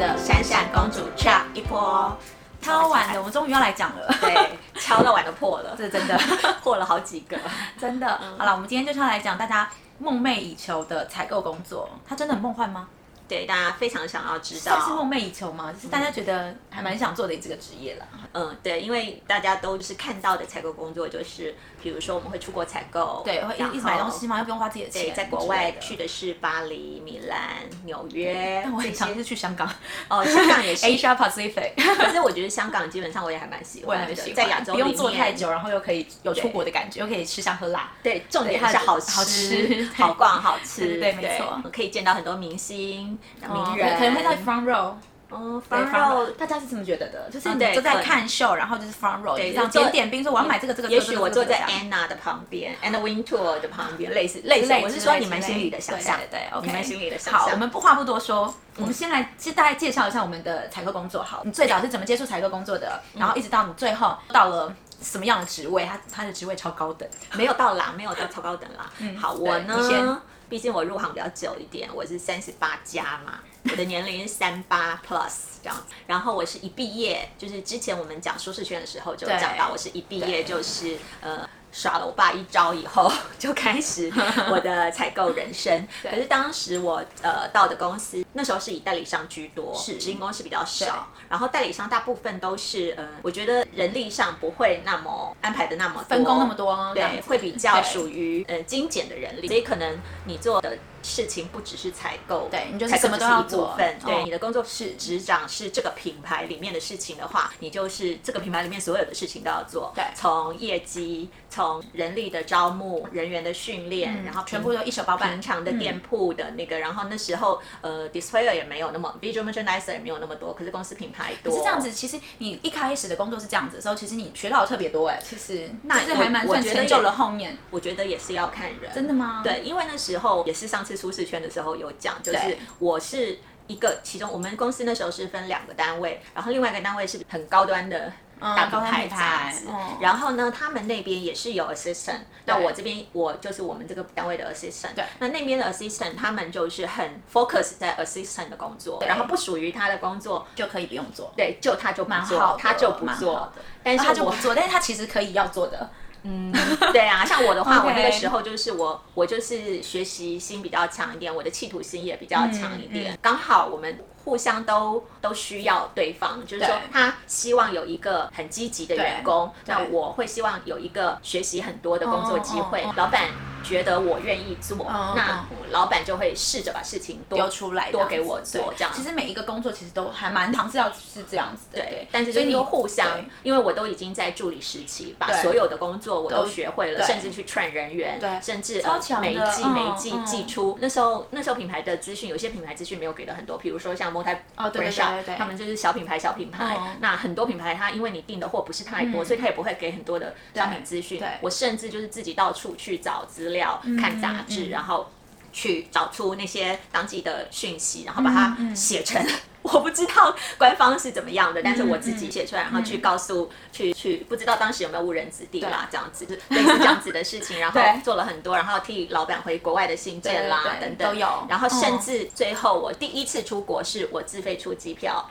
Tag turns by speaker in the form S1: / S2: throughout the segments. S1: 呃
S2: 闪闪公主跳一波，
S1: 超晚的，我们终于要来讲了，
S2: 对，敲到碗都破了，
S1: 这 真的
S2: 破了好几个。
S1: 真的。
S2: 嗯
S1: 好了，我们今天就是要来讲大家梦寐以求的采购工作，它真的很梦幻吗？
S2: 对，大家非常想要知
S1: 算是梦
S2: 道，
S1: 寐以求吗？就是大家觉得还蛮想做的这个职业啦。
S2: 嗯，对，因为大家都是看到的采购工作，就是比如说我们会出国采购，
S1: 对，会
S2: 然
S1: 一
S2: 后
S1: 一直买东西吗？又不用花自己的
S2: 对，
S1: 钱，
S2: 在国外去
S1: 去。
S2: 的是巴黎、米兰、纽约，
S1: 但我哎很
S2: 这
S1: 常
S2: 些
S1: 是去香港
S2: 哦，香港 也是。
S1: ，Asia Pacific，
S2: 可是我觉得香港基本上我也还蛮喜
S1: 我也
S2: 欢
S1: 很
S2: 的，
S1: 喜欢，
S2: 在亚洲
S1: 不
S2: 里
S1: 用坐
S2: 面
S1: 太久，然后又可以有出国的感觉，又可以吃香喝辣。
S2: 对，重点
S1: 对
S2: 是
S1: 它
S2: 好
S1: 好
S2: 吃
S1: 吃、
S2: 好逛、好吃，
S1: 对对没错
S2: 可以见到很多明星、名
S1: 哦
S2: 人，
S1: 可能会在 front row，
S2: 嗯，
S1: 对
S2: 方肉
S1: front row，大家是这么觉得的，就是
S2: 啊
S1: 你
S2: 对
S1: 就
S2: 可
S1: 在
S2: 能
S1: 看秀，然后就是 front row，
S2: 对
S1: 这样
S2: 坐
S1: 点点兵说我要买这个这个，
S2: 也
S1: 这个
S2: 许
S1: 这个
S2: 我
S1: 这
S2: 坐
S1: 个
S2: 在
S1: 这个
S2: Anna 的旁边，Anna Wintour 的旁边，类似类
S1: 之
S2: 似
S1: 类，
S2: 我是
S1: 之
S2: 说
S1: 类
S2: 你
S1: 之
S2: 们
S1: 类
S2: 心里的想象
S1: 对，对对，OK
S2: 你们心里的嗯想
S1: 好，我
S2: 象。
S1: 们不话不多说，我们先来先大概介绍一下我们的采购工作。好，你最早是怎么接触采购工作的？
S2: 嗯
S1: 然后一直到你最后到了什么样的职位？他他的职位超高等，
S2: 没有到啦，没有到超高等啦。好，我
S1: 嗯对你先
S2: 呢，毕竟我入行比较久一点，我是三十八加嘛，我的年龄是三八 plus 这样子。然后我是一毕业，就是之前我们讲舒适圈的时候就有
S1: 对
S2: 讲到，我是一毕业就是呃。耍了我爸一招以后，就开始 我的采购人生。
S1: 对
S2: 可是当时我呃到的公司，那时候是以代理商居多，
S1: 是
S2: 直营公司比较少。然后代理商大部分都是，呃，我觉得人力上不会那么安排的那么多
S1: 分工那么多，这样
S2: 对，
S1: 子
S2: 会比较
S1: 对
S2: 属于呃精简的人力，所以可能你做的事情不只是采购，
S1: 对你就是
S2: 采购
S1: 什么都要
S2: 只是一部
S1: 做
S2: 分对，
S1: 哦
S2: 你的工作是执掌是这个品牌里面的事情的话，你就是这个品牌里面所有的事情都要做，
S1: 对
S2: 从业绩，从人力的招募、人员的训练，
S1: 嗯
S2: 然后
S1: 全部都一嗯手包办
S2: 平。常的店铺的那个，然后那时候呃，displayer 也没有那么，visual merchandiser 也没有那么多，可是公司品牌多，
S1: 是这样子，其实你一开始的工作是这样子的时候，其实你学到的特别多哎，其实
S2: 那
S1: 就是
S2: 我
S1: 还蛮
S2: 我
S1: 算
S2: 觉得
S1: 成就
S2: 也
S1: 了后面，
S2: 我觉得也是要看人，
S1: 真的吗？，
S2: 对，因为那时候也是上次舒适圈的时候有讲，就是
S1: 对
S2: 我是一个其中我们公司那时候是分两个单位，然后另外一个单位是很高端的。大品
S1: 嗯高端
S2: 牌
S1: 品
S2: 杂
S1: 牌
S2: 志
S1: 哦，
S2: 然后呢，他们那边也是有 assistant，那我这边我就是我们这个单位的 assistant，
S1: 对
S2: 那那边的 assistant 他们就是很 focus 在 assistant 的工作，
S1: 对
S2: 然后不属于他的工作，
S1: 就可以不用做。
S2: 对，就他就不
S1: 蛮好
S2: 做，
S1: 的
S2: 他就不
S1: 蛮好
S2: 做
S1: 的，哦
S2: 但是
S1: 他就
S2: 我
S1: 不做，但是他其实可以要做 的，
S2: 对啊，像我的话
S1: OK
S2: 我那个时候就是我，我就是学习心比较强一点，我的企图心也比较强一
S1: 嗯
S2: 点。刚好我们互相都都需要对方，就是说
S1: 对
S2: 他希望有一个很积极的员工，
S1: 对
S2: 那
S1: 对
S2: 我会希望有一个学习很多的工作机会。
S1: 哦哦哦
S2: 老板觉得我愿意做，
S1: 哦
S2: 那老板就会试着把事情多
S1: 丢出来
S2: 多
S1: 这样
S2: 给
S1: 子
S2: 我做
S1: 对
S2: 这样。
S1: 其实每一个工作其实都还蛮常是要是这样子的，
S2: 对，但是就
S1: 所以
S2: 是
S1: 你
S2: 说互相
S1: 对，
S2: 因为我都已经在助理时期，把
S1: 对
S2: 所有的工作我都
S1: 都
S2: 学会了，
S1: 对
S2: 甚至去串人员，
S1: 对
S2: 甚至
S1: 超
S2: 呃
S1: 强的
S2: 每一季
S1: 嗯
S2: 每一季
S1: 嗯
S2: 寄出。那时候那时候品牌的资讯，有些品牌资讯没有给的很多，比如说像 Multi
S1: 哦对对
S2: Brand Shop，
S1: 对对对
S2: 他们就是小品牌小品牌
S1: 嗯。
S2: 那很多品牌它因为你订的货不是太多，所以它也不会给很多的商品资讯
S1: 对。
S2: 我甚至就是自己到处去找资料、看杂志，
S1: 嗯嗯
S2: 然后。去找出那些当季的讯息，然后把它
S1: 嗯嗯
S2: 写成。我不知道官方是怎么样的，但
S1: 嗯
S2: 是我自己写出来，然后去告诉、去去，不知道当时有没有误人子弟啦，这样子就类似这样子的事 情，然后
S1: 对
S2: 做了很多，然后替老板回国外的信件啦
S1: 对对
S2: 等等
S1: 都有嗯
S2: 然后甚至最后我第一次出国是我自费出机票，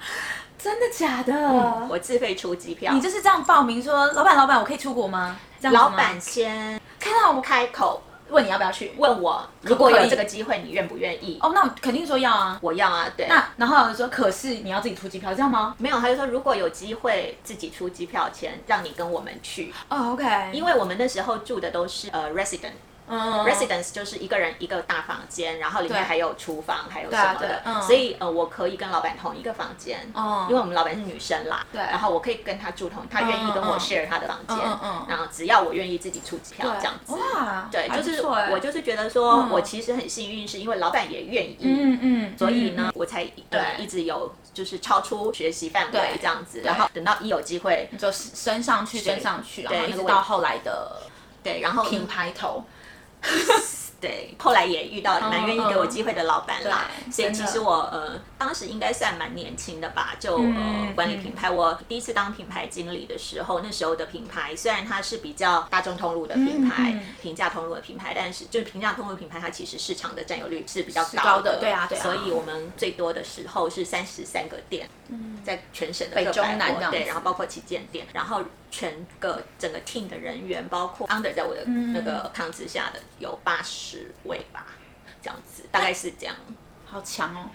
S1: 真的假的？
S2: 我自费出机票，
S1: 啊你就是这样报名说，老板老板，我可以出国吗？这样子吗
S2: 老板先
S1: 看到我
S2: 开口
S1: 问你要不要去，
S2: 问我，如
S1: 不
S2: 果
S1: 可以
S2: 有这个机会，你愿不愿意？
S1: 哦，那我肯定说要啊。
S2: 我要啊，对。
S1: 那然后说，可是你要自己出机票，这样吗？
S2: 没有，他就说如果有机会自己出机票钱，让你跟我们去，
S1: 哦，OK，
S2: 因
S1: 为
S2: 为我们那时候住的都是呃 resident。
S1: 嗯
S2: residence 就是一个人一个大房间，然后里面
S1: 对
S2: 还有厨房，还有
S1: 对啊
S2: 什么的，
S1: 对嗯
S2: 所以呃，我可以跟老板同一个房间，
S1: 哦
S2: 因为我们老板是女生啦，
S1: 对
S2: 然后我可以跟他住同，他愿意跟我
S1: 嗯嗯
S2: share 他的房间，
S1: 嗯嗯嗯
S2: 然后只要我愿意自己出机票
S1: 对
S2: 这样子，
S1: 哇，
S2: 对，
S1: 还
S2: 就
S1: 不
S2: 是
S1: 错欸
S2: 我就是觉得说
S1: 嗯
S2: 我其实很幸运，是因为老板也愿意，
S1: 嗯嗯，
S2: 所以呢，
S1: 嗯，
S2: 我才
S1: 对
S2: 呃一直有就是超出学习范围
S1: 对
S2: 这样子，
S1: 对
S2: 然后等到一有机会，
S1: 嗯就升上去，
S2: 对
S1: 升上去，
S2: 对
S1: 然后一
S2: 那
S1: 直
S2: 个
S1: 到后来的
S2: 对，然后
S1: 品牌头，
S2: 对，后来也遇到蛮愿意给我机会的老板啦，
S1: 对
S2: 所以其
S1: 哦真的
S2: 实我呃当时应该算蛮年轻的吧，就、呃
S1: 嗯
S2: 管理品牌。我第一次当品牌经理的时候，那时候的品牌虽然它是比较大众通路的品牌、
S1: 嗯嗯
S2: 平价通路的品牌，但是就是平价通路品牌，它其实市场的占有率是比较高
S1: 是高的对啊对啊
S2: 所以我们最多的时候是三十三个店，在全省的
S1: 嗯北
S2: 各
S1: 中
S2: 百
S1: 南
S2: 货
S1: 这样
S2: 对，
S1: 子
S2: 然后包括旗舰店，然后全个整个 team 的人员，包括 under 在我的那个 account 之下的有八十位吧，这样子大概是这样。
S1: 好强 哦！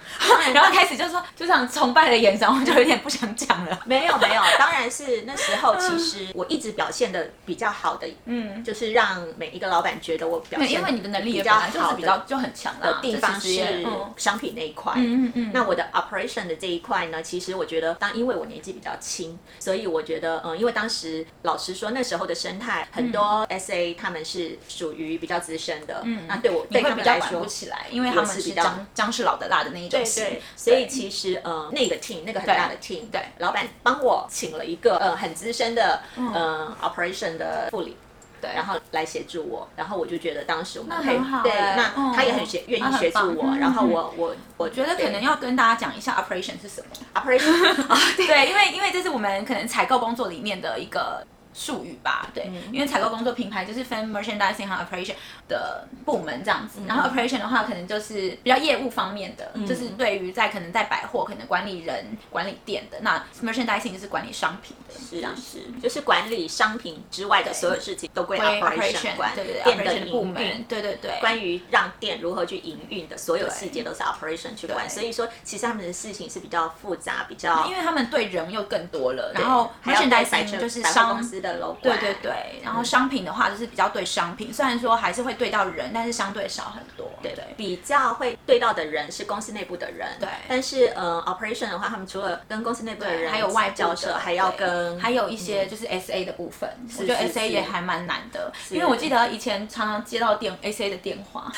S1: 然后开始就说，就像崇拜的眼神，我就有点不想讲了。
S2: 没有没有，当然是那时候，其实我一直表现的比较好的，嗯，就是让每一个老板觉得我表
S1: 对，
S2: 现
S1: 因为你的能力也
S2: 比
S1: 本
S2: 较
S1: 来就是
S2: 好
S1: 比较就很强啦
S2: 的地方
S1: 这其实也
S2: 是
S1: 嗯
S2: 商品那一块。
S1: 嗯嗯嗯
S2: 那我的 operation 的这一块呢，其实我觉得当因为我年纪比较轻，所以我觉得，嗯，因为当时老实说，那时候的生态很多
S1: 嗯
S2: SA 他们是属于比较资深的，嗯，那对我
S1: 你
S2: 对
S1: 会
S2: 他
S1: 比
S2: 们
S1: 较
S2: 来
S1: 管
S2: 说
S1: 不。起来，因为他们
S2: 是
S1: 是
S2: 比较
S1: 张张是老的辣的那一种
S2: 对
S1: 型
S2: 对，所以其实呃，那个 team 那个很大的 team，
S1: 对
S2: 老板帮我请了一个呃很资深的呃 operation 的副理，
S1: 嗯对，
S2: 然后来协助我，然后我就觉得当时我们
S1: 那
S2: 可以
S1: 很好
S2: 对，
S1: 欸
S2: 那
S1: 嗯
S2: 他也很协愿
S1: 那
S2: 意
S1: 很
S2: 协助
S1: 棒
S2: 我，
S1: 嗯
S2: 然后
S1: 嗯
S2: 我我我
S1: 觉得可
S2: 对
S1: 能要跟大家讲一下 operation 是什么。
S2: operation 啊，对
S1: 对，因为因为这是我们可能采购工作里面的一个术语吧，对，
S2: 嗯
S1: 因为采购工作品牌就是分 merchandising 和 operation 的部门这样子，
S2: 嗯
S1: 然后 operation 的话可能就是比较业务方面的，就是对于在可能在百货可能管理人管理店的，那 merchandising 就是管理商品的，
S2: 是是，就是管理商品之外的所有事情都归 operation 管，
S1: 对对对
S2: 店的
S1: ，operation 的部
S2: 营
S1: 门
S2: 运，。
S1: 对对对，
S2: 关于让店如何去营运的所有细节
S1: 对
S2: 都是 operation 去管，
S1: 对
S2: 所以说其实他们的事情是比较复杂，比较
S1: 因为他们对人又更多了，然后
S2: 还要带百
S1: merchandising
S2: 货
S1: 就是
S2: 百货
S1: 商
S2: 公司的楼
S1: 对
S2: 管，
S1: 对对，然后商品的话就是比较对商品，虽然说还是会对到人，但是相对少很多。对对
S2: 比较会对到的人是公司内部的人，
S1: 对
S2: 但是呃，operation 的话，他们除了跟公司内部的人，
S1: 还有嗯外部
S2: 交
S1: 的
S2: 涉，还要
S1: 对
S2: 跟
S1: 还有一些就是 S A 的部分，我觉得
S2: 是
S1: S A
S2: 是
S1: 也还蛮难的，因为我记得以前常常接到电 S A 的电话，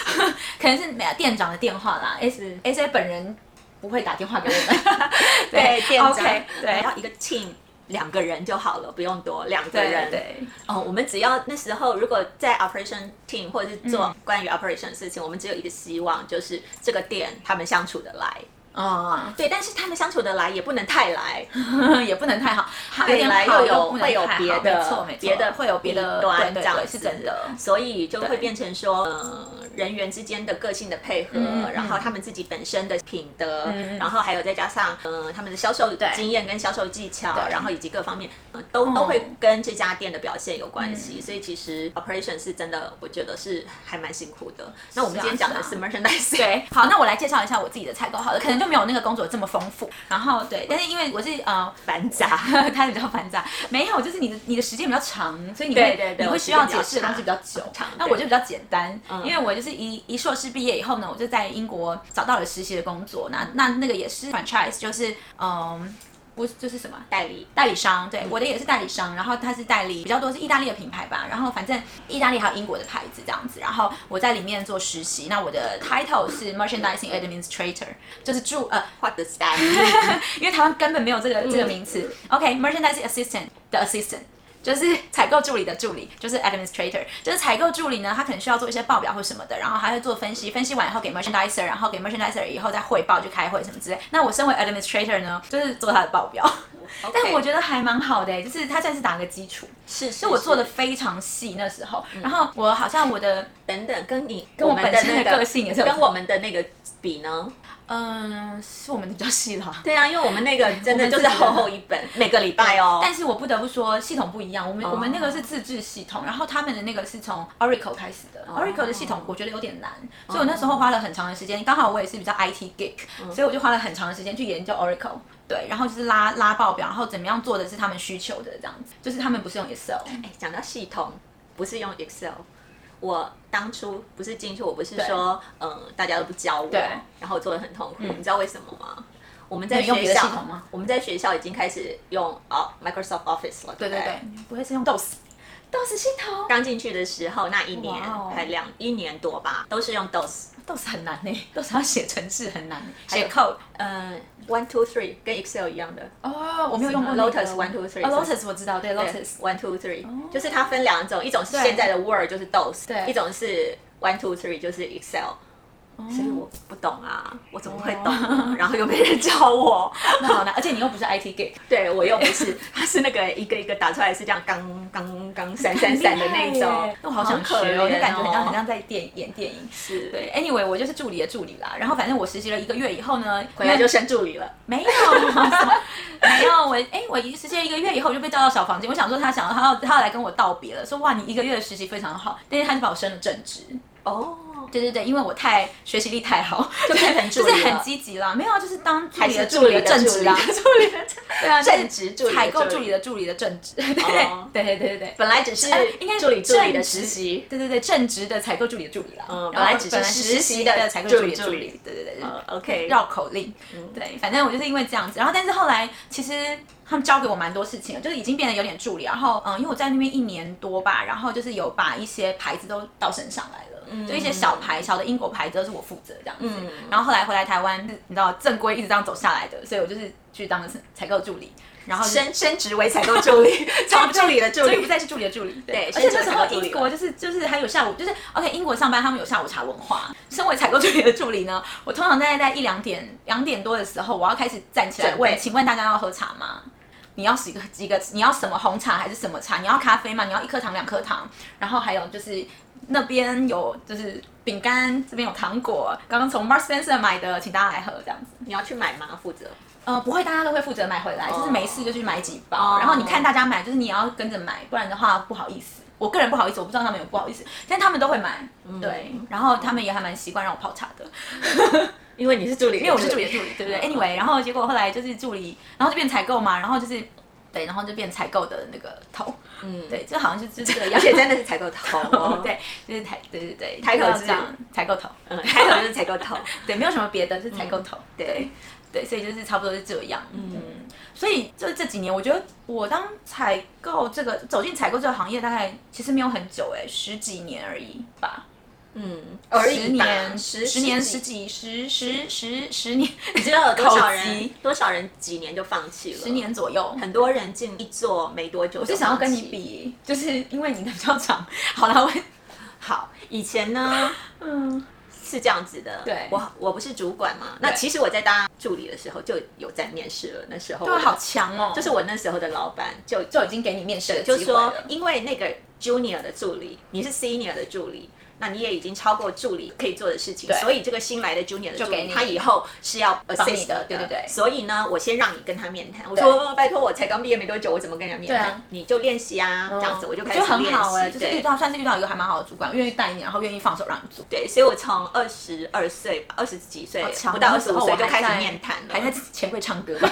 S1: 可能是店长的电话啦，S S A 本人不会打电话给我们，
S2: 对店长
S1: OK，对
S2: 然后一个 team 两个人就好了，不用多，两个
S1: 对
S2: 人，
S1: 对，
S2: 哦，我们只要那时候如果在 operation team 或者是
S1: 嗯
S2: 做关于 operation 的事情，我们只有一个希望，就是这个店他们相处的来。
S1: 啊、
S2: 对，但是他们相处的来也不能太来，
S1: 也不能太好，有
S2: 对
S1: 点
S2: 来
S1: 好
S2: 又有
S1: 不能
S2: 会有
S1: 太好
S2: 别
S1: 没错
S2: 的
S1: 没错，
S2: 别的
S1: 会有别的
S2: 弊端
S1: 对
S2: 这
S1: 对
S2: 样
S1: 对，
S2: 子
S1: 是真的，
S2: 所以就会
S1: 对
S2: 变成说，呃，人员之间的个性的配合，
S1: 嗯
S2: 然后
S1: 嗯
S2: 他们自己本身的品德，
S1: 嗯
S2: 然后还有再加上，呃，他们的销售
S1: 对
S2: 经验跟销售技巧，
S1: 对
S2: 然后以及各方面，呃都
S1: 嗯
S2: 都会跟这家店的表现有关系。所以其实 operation 是真的，我觉得是还蛮辛苦的。那我们
S1: 是啊
S2: 今天讲的
S1: 是
S2: 是
S1: 啊
S2: merchandising，
S1: 对，好，那我来介绍一下我自己的采购好了，可能就没有那个工作这么丰富。然后对，但是因为我是呃，
S2: 繁杂。
S1: 它比较繁杂，没有，就是你的你的时间比较长，所以你会
S2: 对对对
S1: 你
S2: 我
S1: 会
S2: 时
S1: 需
S2: 间
S1: 要
S2: 比
S1: 解
S2: 较
S1: 释的东西比较久
S2: 长长。
S1: 那
S2: 对嗯
S1: 我就比较简单，因为我就是一一硕士毕业以后呢，我就在英国找到了实习的工作。那那那个也是 franchise，就是嗯，不就是什么
S2: 代理
S1: 代理商，对，我的也是代理商，然后他是代理比较多是意大利的品牌吧，然后反正意大利还有英国的牌子这样子，然后我在里面做实习，那我的 title 是 merchandising administrator，就是驻呃，
S2: 画的 style，
S1: 因为台湾根本没有这个这个名词，OK，merchandising assistant 的 assistant。就是采购助理的助理，就是 administrator，就是采购助理呢，他可能需要做一些报表或什么的，然后还会做分析，分析完以后给 merchandiser，然后给 merchandiser 以后再汇报去开会什么之类。那我身为 administrator 呢，就是做他的报表， 但我觉得还蛮好的、欸就是他算是打个基础，
S2: 是
S1: 就我做的非常细那时候，然后我好像我的
S2: 等等，跟你
S1: 跟我
S2: 们
S1: 本
S2: 的
S1: 身
S2: 那
S1: 的个性也是有
S2: 跟我们的那个比呢？
S1: 嗯、是我们的比较细啦。
S2: 对啊，因为我们那个真的
S1: 我们
S2: 就是
S1: 自己的
S2: 厚厚一 本，每个礼拜哦。
S1: 但是我不得不说，系统不一样。我们、我们那个是自制系统，然后他们的那个是从 Oracle 开始
S2: 哦
S1: 的。Oracle 的系统我觉得有点难，所以我那时候花了很长的时间。刚好我也是比较 IT geek，、所以
S2: 嗯
S1: 我就花了很长的时间去研究 Oracle。对，然后就是拉拉报表，然后怎么样做的是他们需求的这样子，就是他们不是用 Excel。
S2: 哎讲到系统，不是用 Excel，我当初不是进去，我不是
S1: 对
S2: 说，嗯，大家都不教我，
S1: 对嗯
S2: 然后我做的很痛苦，你知道为什么吗？我们在
S1: 你用
S2: 学
S1: 别的
S2: 校
S1: 系统吗，
S2: 我们在学校已经开始用哦 Microsoft Office 了，
S1: 对
S2: 不
S1: 对对，不会是用 DOS，DOS 系统
S2: 刚进去的时候那一年
S1: 哇哦
S2: 还两一年多吧，都是用 DOS，
S1: ，DOS 很难呢，DOS 要写程式很难，
S2: 还有
S1: 写 code。
S2: 嗯，One Two Three 跟 Excel 一样的，
S1: 哦，我没有用过那个
S2: Lotus one, two, three
S1: 哦，Lotus 我知道，对 Lotus。
S2: One Two Three，就是它分两种，一种是现在的 Word 就是 DOS，
S1: 对哦
S2: 一种是 one two three 就是 Excel。所以我不懂啊，我怎么会懂呢？ 然后又没人教 我，
S1: 那好难，而且你又不是 IT gig，
S2: 对我又不是，它是那个一个一个打出来是这样，刚刚刚闪闪闪的那一种，
S1: 我好想学
S2: 可怜
S1: 哦，就感觉很像
S2: 哦
S1: 很像在电演电影。
S2: 是，
S1: 对，anyway，我就是助理的助理啦。然后反正我实习了一个月以后呢，
S2: 回来就升助理了。
S1: 没有，没有，我 哎，我一实习了一个月以后就被叫到小房间。我想说他想他要他要来跟我道别了，说哇你一个月的实习非常好，但是他就把我升了正职。
S2: 哦，
S1: 对对对，因为我太学习力太好，
S2: 就变成助理
S1: 就
S2: 了
S1: 是很积极啦。没有啊，就是当助
S2: 还
S1: 理的
S2: 是
S1: 助
S2: 助
S1: 理
S2: 理
S1: 的
S2: 的
S1: 正职啊，
S2: 助理的
S1: 对 啊，
S2: 正职
S1: 就
S2: 助理
S1: 是
S2: 的
S1: 采
S2: 助
S1: 购
S2: 理
S1: 助理的助理的正职，对
S2: 哦
S1: 对对对对对。
S2: 本来只是
S1: 哎应该
S2: 助理助理的
S1: 正
S2: 实
S1: 职
S2: 习，
S1: 对对对，正职的采购助理的助理啦，
S2: 嗯
S1: 然后
S2: 本来只是
S1: 实
S2: 实习
S1: 的
S2: 的
S1: 采购助理的
S2: 助
S1: 助
S2: 理
S1: 理，对对对，
S2: 呃，OK，
S1: 绕口令，对，反正我就是因为这样子，然后但是后来其实他们教给我蛮多事情的，就是已经变得有点助理，然后嗯，因为我在那边一年多吧，然后就是有把一些牌子都到身上来了，就一些小牌、小的英国牌子都是我负责这样子，
S2: 嗯
S1: 然后后来回来台湾，你知道正规一直这样走下来的，所以我就是去当采购助理，然后就是
S2: 升升职为采购助 理，从助理的助
S1: 所以不
S2: 理，
S1: 再是助理的助理。
S2: 对
S1: 而且
S2: 现在
S1: 那时
S2: 采
S1: 候
S2: 购助理
S1: 英国就是就是还有下午，就是 OK，英国上班他们有下午茶文化。身为采购助理的助理呢，我通常大概在一两点两点多的时候，我要开始站起来
S2: 准
S1: 问，
S2: 备
S1: 请问大家要喝茶吗？你要几个几个？你要什么红茶还是什么茶？你要咖啡吗？你要一颗糖两颗糖？然后还有就是那边有就是饼干，这边有糖果，刚刚从 Mark Spencer 买的，请大家来喝这样子。
S2: 你要去买吗？负责
S1: 呃，不会，大家都会负责买回来，就是没事就去买几
S2: 哦
S1: 包，然后你看大家买，就是你也要跟着买，不然的话不好意思。我个人不好意思，我不知道他们有不好意思，但他们都会买，对，然后他们也还蛮习惯让我泡茶的，
S2: 因为你是助理，
S1: 因为我是助理的助理，对不对
S2: 嗯
S1: ？Anyway，然后结果后来就是助理，然后就变采购嘛，然后就是对，然后就变采购的那个头，嗯，对，这好像就是这个
S2: 而
S1: 样
S2: 且
S1: 子，，
S2: 真的是采购头哦
S1: 对，就是采，对对对，
S2: 抬头
S1: 就是是这样，采购头，
S2: 嗯，开头就是采购头，
S1: 对，没有什么别的，是采购头。
S2: 对
S1: 对，所以就是差不多是这样。嗯，所以就这几年，我觉得我当采购这个走进采购这个行业，大概其实没有很久、哎，十几年而已吧。
S2: 嗯，而
S1: 十
S2: 已吧
S1: 年，
S2: 十
S1: 十年，十
S2: 几
S1: 几，十十十十年，
S2: 你知道有多少
S1: 口
S2: 人
S1: 急
S2: 多少人几年就放弃了？
S1: 十年左右。
S2: 很多人进一做没多久，我
S1: 我是想要跟你。比，就是因为你的比较长。好了，我
S2: 好，以前 呢，
S1: 嗯，
S2: 是这样子的，
S1: 对
S2: 我我不是主管嘛，那其实我在当助理的时候就有在面试了，那时候
S1: 对，好强哦，
S2: 就是我那时候的老板就
S1: 就已经给你面试的
S2: 就
S1: 机会
S2: 说
S1: 了，。
S2: 因为那个 junior 的助理，你是 senior 的助理。那你也已经超过助理可以做的事情
S1: 对，
S2: 所以这个新来的 junior 的助
S1: 给
S2: 理，
S1: 你
S2: 他以后是要
S1: 帮你
S2: assist
S1: 的
S2: 的，
S1: 对对对
S2: 所以呢，我先让你跟他面谈。我说哦拜托，我才刚毕业没多久，我怎么跟人家面
S1: 对啊
S2: 谈？你就练习啊，这
S1: 嗯
S2: 样子我就开始
S1: 很
S2: 练
S1: 好哎、就
S2: 习。
S1: 是遇
S2: 对
S1: 到算是遇到一个还蛮好的主管，愿意带你，然后愿意放手让你做。
S2: 对，所以我从二十二岁吧，二十几岁
S1: 好强哦
S2: 不到
S1: 那
S2: 二
S1: 时
S2: 十
S1: 候
S2: 五
S1: 我
S2: 岁
S1: 还
S2: 就开
S1: 在
S2: 始面谈了，
S1: 还在钱柜唱歌吧？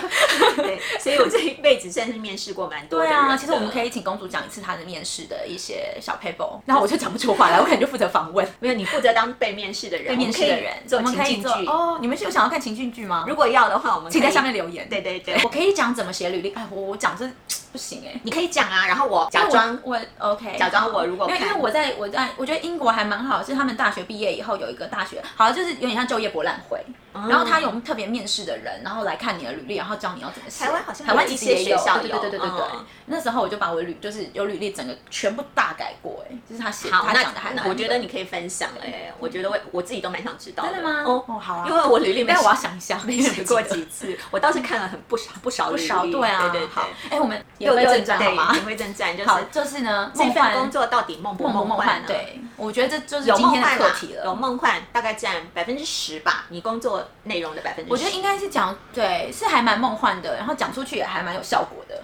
S2: 对， 所以我这一辈子算是面试过蛮多
S1: 对
S2: 的人的。
S1: 啊，其实我们可以请公主讲一次她的面试的一些小 paper，然后我就讲不出话来，我可能就负责访 问
S2: 没有你负责当被面试的人，
S1: 被面试的人，
S2: 我
S1: 我
S2: 们
S1: 们
S2: 可
S1: 可
S2: 以
S1: 以
S2: 做
S1: 做
S2: 情境剧。
S1: 哦。你们是有想要看情境剧吗？
S2: 如果要的话，我们
S1: 请在
S2: 可以
S1: 下。面留言。
S2: 对对对
S1: 我，可以讲怎么写履历。哎，我我讲这不行哎、
S2: 你可以讲啊，然后我假装
S1: 我我 OK，
S2: 假装我如果
S1: 因为因为
S2: 看
S1: 我在我在我觉得英国还蛮好，是他们大学毕业以后有一个大学，好像就是有点像就业博览会，然
S2: 嗯
S1: 后他有特别面试的人，然后来看你的履历，然后教你要怎么写。
S2: 台湾好像
S1: 台湾
S2: 有
S1: 其
S2: 一
S1: 实
S2: 些
S1: 也有
S2: 学校
S1: 对对对对对对对
S2: 有嗯
S1: 那时候我就把我履就是有履历整个全部大改过，哎，就是他写
S2: 好，
S1: 他讲的还
S2: 那
S1: 蛮
S2: 我觉得你可以分享哎，我觉得我我自己都蛮想知道
S1: 真的吗？
S2: 哦，
S1: 哦，好啊，
S2: 因为我履历没
S1: 但我要想一下，没
S2: 写过几次，我倒是看了很不少不少
S1: 不
S2: 履历
S1: 少，对啊，
S2: 对对
S1: 好
S2: 对。，
S1: 哎，我们也
S2: 又
S1: 会
S2: 又
S1: 正传好吗
S2: 对？也会正传，就是
S1: 好，就是呢，
S2: 这
S1: 梦
S2: 份
S1: 幻
S2: 工作到底梦不
S1: 梦不梦幻啊
S2: 幻？，啊
S1: 对，我觉得这就是
S2: 有
S1: 今
S2: 梦
S1: 天的
S2: 幻
S1: 课
S2: 啦
S1: 题了。
S2: 有梦幻大概占百分之十吧，你工作内容的百分之。
S1: 我觉得应该是讲对，是还蛮梦幻的，然后讲出去也还蛮有效果的，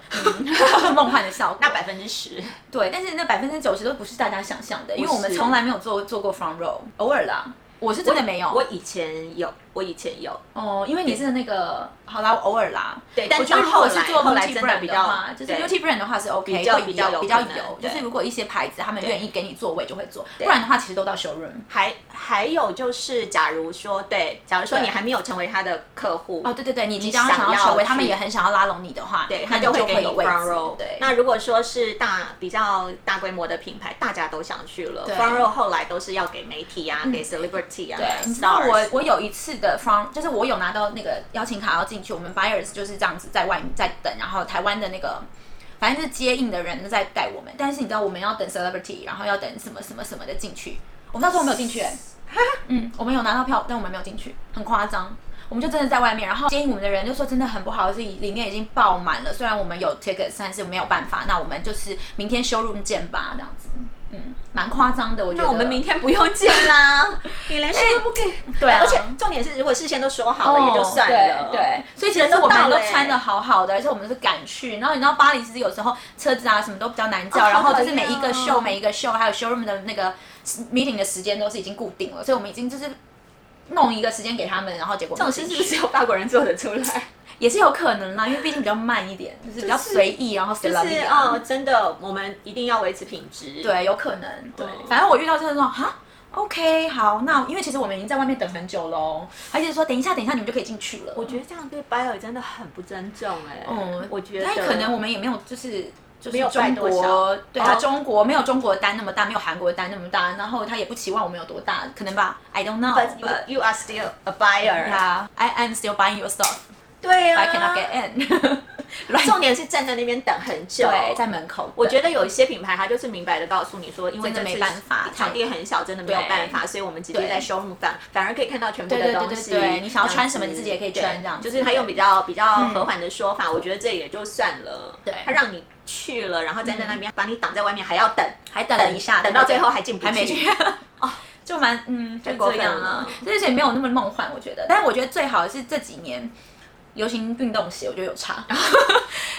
S1: 就 是 梦幻的效果。
S2: 那百分之十，
S1: 对，但是那百分之九十都不是大家想象的，因为我们
S2: 不是
S1: 从来没有做做过 front row，偶尔啦，我是真的没有。
S2: 我以前有，我以前有，
S1: 哦，因为你是那个，好啦，偶尔啦。
S2: 对但
S1: 我觉得
S2: 到
S1: 如果
S2: 后
S1: 是
S2: 来
S1: 做
S2: 后来
S1: multi
S2: 真的
S1: brand
S2: 比
S1: 的话，
S2: 较
S1: 就是
S2: 对
S1: multi brand 的话是 OK，
S2: 比较
S1: 会
S2: 比较有
S1: 比较
S2: 可能
S1: 有，就是
S2: 对
S1: 如果一些牌子他们
S2: 对
S1: 愿意给你座位就会做，不然的话其实都到 showroom。
S2: 还还有就是，假如说对，假如说
S1: 对
S2: 你还没有成为他的客户，
S1: 哦，对对对，你你
S2: 你
S1: 只要想
S2: 想
S1: 要
S2: 要
S1: 成为，他
S2: 去
S1: 们也很想要拉拢你的话，
S2: 对他
S1: 那你
S2: 就会
S1: 会
S2: 给你
S1: 有位
S2: front
S1: 置
S2: row。。
S1: 对，
S2: 那如果说是大比较大规模的品牌，大家都想去了
S1: 对
S2: ，front row 后来都是要给媒体啊，给 celebrity 啊
S1: 对，
S2: 给
S1: 你知道我
S2: ，stars。
S1: 我有一次的 from，就是我有拿到那个邀请卡要进去，我们 buyers 就是这样子在外面在等，然后台湾的那个。反正就是接应的人在带我们，但是你知道我们要等 celebrity，然后要等什么什么什么的进去，我们那时候没有进去、 欸，嗯，我们有拿到票，但我们没有进去，很夸张。我们就真的在外面，然后接应我们的人就说真的很不好意思，里面已经爆满了。虽然我们有 tickets，但是没有办法，那我们就是明天 showroom 见吧，这样子。嗯，蛮夸张的，我觉得。
S2: 那我们明天不用见啦，你连说都不给。
S1: 对啊
S2: 而且重点是，如果事先都说好了，也就算
S1: 哦对
S2: 了。
S1: 对，所以其
S2: 人
S1: 实
S2: 都
S1: 我们
S2: 到
S1: 都
S2: 了欸
S1: 穿的好好的，而且我们是赶去。然后你知道巴黎其实有时候车子啊什么都比较难叫，
S2: 哦
S1: 然后
S2: 好
S1: 就是每一
S2: 讨
S1: 个
S2: 厌
S1: show
S2: 哦
S1: 每一个 show 还有 showroom 的那个 meeting 的时间都是已经固定了，所以我们已经就是弄一个时间给他们，然后结果
S2: 这种事是不是只有法国人做得出来？
S1: 也是有可能啦，因为毕竟比较慢一点，就是比较随意，然后
S2: 就
S1: feel
S2: 是
S1: lovely 啊
S2: 哦，真的，我们一定要维持品质。，
S1: 对，有可能。对
S2: 嗯，
S1: 反正我遇到就是说哈。OK，好，那因为其实我们已经在外面等很久喽，而且说等一下，等一下你们就可以进去了。
S2: 我觉得这样对 buyer 真的很不尊重哎。
S1: 嗯
S2: 我觉得
S1: 但可能我们也没有就是。就是
S2: 没有
S1: 中
S2: 拜多
S1: 国
S2: 少，
S1: 对啊，
S2: 哦
S1: 中国没有中国的单那么大，没有韩国的单那么大，然后他也不期望我们有多大，可能吧，I don't
S2: But you,
S1: know，but
S2: you are still a buyer.
S1: yeah, I am still buying your stuff,
S2: 对
S1: but
S2: 啊
S1: I cannot get
S2: 哦
S1: in 。 乱
S2: 重点是站在那边等很久。
S1: 对，在门口，
S2: 我觉得有一些品牌，它就是明白的告诉你说，因为
S1: 真的
S2: 这次
S1: 没办法
S2: 场地很小，真的没有办法，所以我们直接
S1: 对
S2: 在 showroom 反反而可以看到全部
S1: 对
S2: 的
S1: 对对
S2: 东西。
S1: 对对你想要
S2: 这样
S1: 穿什么
S2: 子
S1: 你自己也可以穿
S2: 对
S1: 这样子嗯
S2: 就是他用比较比较和缓的说法，我觉得这也就算了。
S1: 对嗯
S2: 他让你去了，然后站在那边把你挡在外面，还要等，
S1: 还哎等了一下，
S2: 等到最后还进不
S1: 还没 去。哦，就蛮嗯，就
S2: 过
S1: 这
S2: 分
S1: 样啊
S2: 了，
S1: 而且没有那么梦幻，我觉得。但是我觉得最好的是这几年流行运动鞋，我觉得有 差，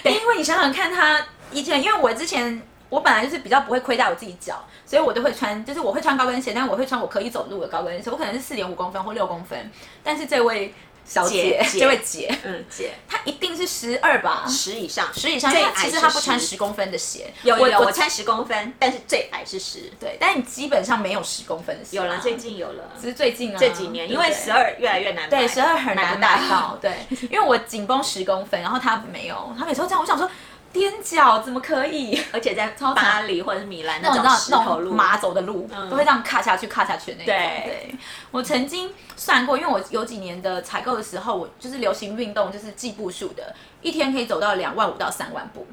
S1: 因为你想想看，它以前因为我之前。我本来就是比较不会亏待我自己脚，所以我都会穿，就是我会穿高跟鞋，但我会穿我可以走路的高跟鞋，我可能是四点五公分或六公分，但是这位小姐，
S2: 姐姐
S1: 这位姐，
S2: 嗯，姐
S1: 她一定是十二吧，
S2: 十以上，
S1: 十以上，因
S2: 最
S1: 为
S2: 矮
S1: 其实
S2: 是
S1: 她不
S2: 10
S1: 穿十公分的鞋，
S2: 有有有
S1: 我
S2: 我穿十公分，但是最矮是十。
S1: 对，但你基本上没有十公分的鞋啊
S2: 有了，最近有了，
S1: 只是最近啊，
S2: 这几年因为十
S1: 二。
S2: 二越来越难买，
S1: 对，十二很难买
S2: 不
S1: 到。 对，因为我紧绷十公分，然后他没有，他每次都这样，我想说，踮脚怎么可以？
S2: 而且在
S1: 超
S2: 巴黎或者是米兰
S1: 那
S2: 那
S1: 种
S2: 种
S1: 那
S2: 石头
S1: 那
S2: 路
S1: 种马走的路、
S2: 嗯
S1: 都会这样卡下去、卡下去的那种。
S2: 对
S1: 对，我曾经算过，因为我有几年的采购的时候，我就是流行运动，就是计步数的，一天可以走到两万五到三万步，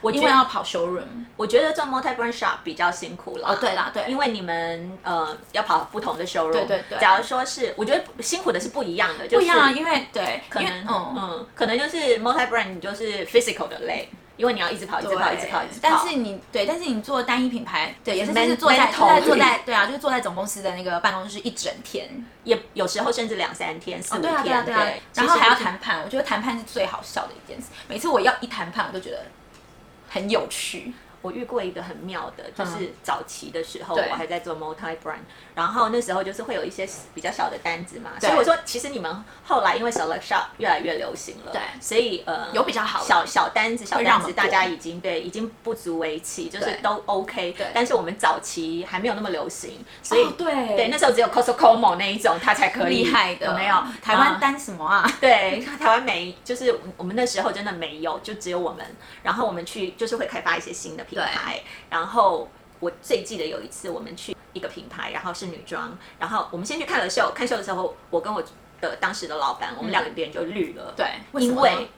S2: 我
S1: 因
S2: 觉
S1: 为
S2: 得
S1: 要跑 showroom。
S2: 我觉得做 multi brand shop 比较辛苦了。
S1: 哦，对啦，对，
S2: 因为你们呃要跑不同的收入，
S1: 对对对
S2: 假如说是，我觉得辛苦的是不一样的，就是、
S1: 不一样啊，因为对，
S2: 可
S1: 因为
S2: 能
S1: 嗯
S2: 嗯可能就是 multi brand 你就是 physical 的累，因为你要一直跑，一直跑，一直跑，一直跑。
S1: 但是你对，但是你做单一品牌，对，也是就
S2: Men-
S1: 是坐在
S2: mental
S1: 坐在坐在对啊，就是坐在总公司的那个办公室一整天，
S2: 也有时候甚至两三天、四五
S1: 对啊对啊
S2: 天，
S1: 对啊，
S2: 其
S1: 然
S2: 实
S1: 后还要
S2: 就是
S1: 谈判，我觉得谈判是最好笑的一件事。每次我要一谈判，我就觉得很有趣。
S2: 我遇过一个很妙的，就是早期的时候，
S1: 嗯对
S2: 我还在做 multi brand，然后那时候就是会有一些比较小的单子嘛，
S1: 对
S2: 所以我说，其实你们后来因为 select shop 越来越流行了，
S1: 对
S2: 所以呃
S1: 有比较好的
S2: 小小单子小
S1: 会让
S2: 单
S1: 我
S2: 子，
S1: 们
S2: 大家已经对已经不足为奇，就是
S1: 对
S2: 都 OK，
S1: 对
S2: 但是我们早期还没有那么流行，所以、
S1: 哦对
S2: 对那时候只有 Costco Como 那一种，它才可以
S1: 厉害的，
S2: 有没有
S1: 台湾
S2: 嗯
S1: 单什么啊？
S2: 对，台湾没，就是我们那时候真的没有，就只有我们。然后我们去就是会开发一些新的品牌。然后我最记得有一次我们去一个品牌，然后是女装，然后我们先去看了秀。看秀的时候，我跟我的当时的老板，我们两个脸就绿了。
S1: 嗯对
S2: 因
S1: 为什么呢
S2: 为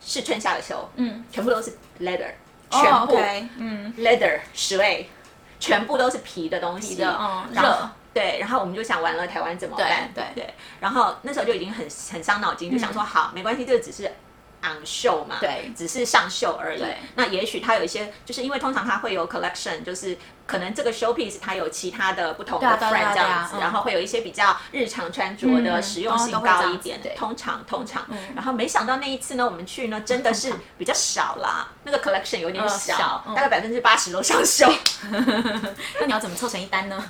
S2: 是春夏的秀，
S1: 嗯，
S2: 全部都是 leather，
S1: 哦
S2: 全部
S1: OK，嗯，
S2: leather 十类，全部都是皮的东西
S1: 皮的嗯
S2: 然后
S1: 热
S2: 对，然后我们就想完了台湾怎么办？
S1: 对对
S2: 对，然后那时候就已经很很伤脑筋，就想说好没关系，这个只是。昂秀嘛，
S1: 对
S2: 只是上秀而已
S1: 对。
S2: 那也许它有一些，就是因为通常它会有 collection，就是可能这个 showpiece 它有其他的不同的
S1: 对啊对啊
S2: friend 这
S1: 对啊
S2: 样子，
S1: 嗯
S2: 然后会有一些比较日常穿着的、
S1: 嗯
S2: 实用性
S1: 哦都会这
S2: 高
S1: 样
S2: 一
S1: 子
S2: 点的
S1: 对，
S2: 通常通常
S1: 嗯。啊
S2: 然后没想到那一次呢，我们去呢真的是
S1: 通常
S2: 比较少啦，那个 collection 有点
S1: 嗯
S2: 小，
S1: 小嗯
S2: 大概百分之八十都上秀。
S1: 那你要怎么凑成一单呢？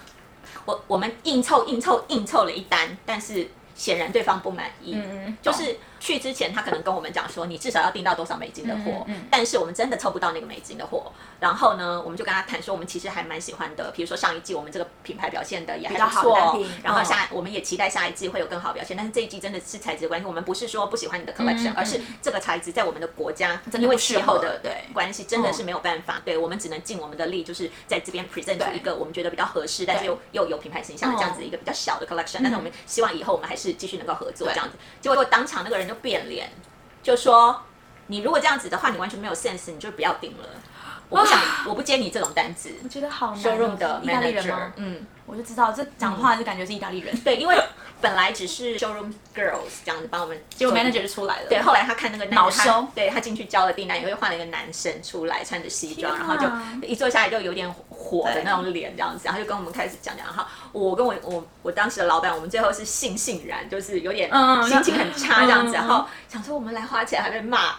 S2: 我我们硬凑硬凑硬凑了一单，但是显然对方不满意。
S1: 嗯，
S2: 就
S1: 就是是
S2: 去之前，他可能跟我们讲说，你至少要订到多少美金的货，
S1: 嗯嗯嗯
S2: 但是我们真的凑不到那个美金的货。然后呢，我们就跟他谈说，我们其实还蛮喜欢的，比如说上一季我们这个品牌表现的也还不
S1: 比较好的单
S2: 错
S1: 品，嗯
S2: 然后下、我们也期待下一季会有更好的表现。但是这一季真的是材质的关系，我们不是说不喜欢你的 collection，、
S1: 嗯嗯
S2: 而是这个材质在我们的国家
S1: 真的
S2: 因为
S1: 不适
S2: 气
S1: 合嗯
S2: 候的
S1: 对
S2: 关系真的是没有办法，对我们只能尽我们的力，就是在这边 present 出
S1: 对
S2: 一个我们觉得比较合适，但是
S1: 对
S2: 又又有品牌形象的这样子一个比较小的 collection，、但是我们希望以后我们还是继续能够合作
S1: 嗯对
S2: 这样子。结果当场那个人
S1: 啊
S2: 就变脸，就说你如果这样子的话，你完全没有 sense，你就不要订了。我不想，我不接你这种单子。
S1: 我觉得好难哦。
S2: 收入的
S1: 意大利人
S2: manager，
S1: 吗？
S2: 嗯，
S1: 我就知道这讲话就感觉是意大利人，
S2: 对，因为本来只是 showroom girls 这样子帮我们，
S1: 结果 manager 就出来了。
S2: 对，后来他看那个男
S1: 恼
S2: 他
S1: 羞
S2: 对他进去交了订单，也会换了一个男生出来，穿着西装，然
S1: 天啊
S2: 后就一坐下来就有点火的那种脸这样子，然后就跟我们开始讲讲，然后我跟我我我当时的老板，我们最后是悻悻然，就是有点
S1: 嗯嗯
S2: 心情很差这样子，
S1: 嗯嗯嗯
S2: 然后想说我们来花钱还被骂，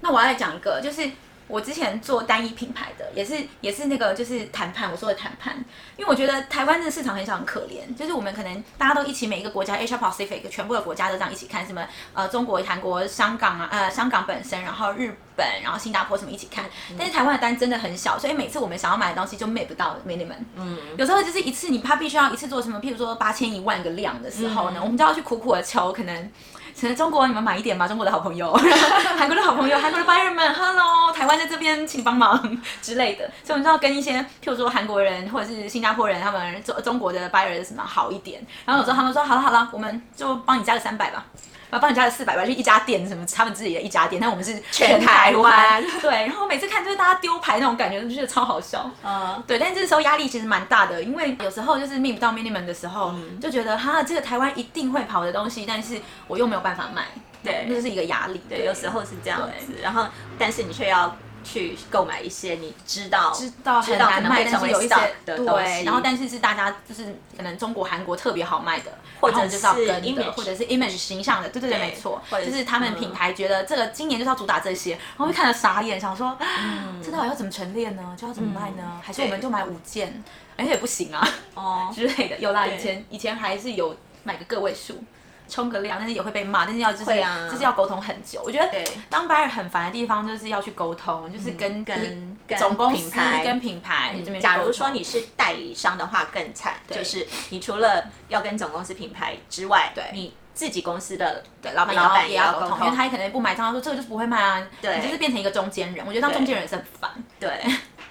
S1: 那我要来讲一个，就是我之前做单一品牌的，也是也是那个就是谈判，我说的谈判，因为我觉得台湾这个市场很小很可怜，就是我们可能大家都一起每一个国家 Asia Pacific 全部的国家都这样一起看，什么呃中国、韩国、香港啊，呃香港本身，然后日本，然后新加坡什么一起看，但是台湾的单真的很小，所以每次我们想要买的东西就 m a 不到 minimum，嗯，有时候就是一次你怕必须要一次做什么，譬如说八千一万个量的时候呢，我们就要去苦苦的求可能。可能中国你们买一点吧，中国的好朋友， 韩国的好朋友，韩国的 buyer 们，hello，台湾在这边请帮忙之类的。所以我们就要跟一些，譬如说韩国人或者是新加坡人，他们中中国的 buyer 什么好一点。然后有时候他们说，好了好了，我们就帮你加个三百吧。然后帮你加个四百吧，就一家店什么，他们自己的一家店，但我们是
S2: 全台湾
S1: 对，然后每次看就是大家丢牌那种感觉，就觉得超好笑。
S2: 嗯，
S1: 对，但这时候压力其实蛮大的，因为有时候就是 meet 不到 minimum 的时候，就觉得哈，这个台湾一定会跑的东西，但是我又没有办法卖，
S2: 对
S1: 那就是一个压力。
S2: 对，有时候是这样
S1: 对
S2: 子，然后但是你却要去购买一些你知道
S1: 哦知道很
S2: 知道可
S1: 难
S2: 能
S1: 卖，
S2: 会
S1: 但
S2: 成
S1: 是
S2: 为
S1: 有一
S2: stock
S1: 些
S2: 的东
S1: 对，
S2: 西，
S1: 然后但是是大家就是可能中国、韩国特别好卖的，
S2: 或者
S1: 然后就是要
S2: 是
S1: 跟的，
S2: image
S1: 或者是 image 形象的，对对对，
S2: 对
S1: 没错，
S2: 或者嗯
S1: 就是是他们品牌觉得这个今年就是要主打这些，然后会看了傻眼，想说啊
S2: 嗯
S1: 这到底要怎么陈列呢？就要怎么卖呢？还是我们就买五件，而且也不行啊。
S2: 哦，
S1: 之类的。有啦，
S2: 对
S1: 以前以前还是有买个个位数，冲个量，但是也会被骂，但是要就是、
S2: 会啊
S1: 就是要沟通很久。我觉得
S2: 对
S1: 当 buyer 很烦的地方就是要去沟通，就是跟、
S2: 嗯跟跟
S1: 总公司
S2: 品牌嗯
S1: 跟品牌这边去沟通。
S2: 假如说你是代理商的话，更惨，
S1: 对
S2: 就是你除了要跟总公司品牌之外，
S1: 对
S2: 你自己公司的
S1: 对老板
S2: 老板
S1: 也
S2: 也
S1: 要
S2: 要
S1: 沟
S2: 沟
S1: 通，
S2: 通
S1: 因为他也可能不买账，他说这个就是不会卖啊，
S2: 对
S1: 你就是变成一个中间人。我觉得当中间人也是很烦。
S2: 对。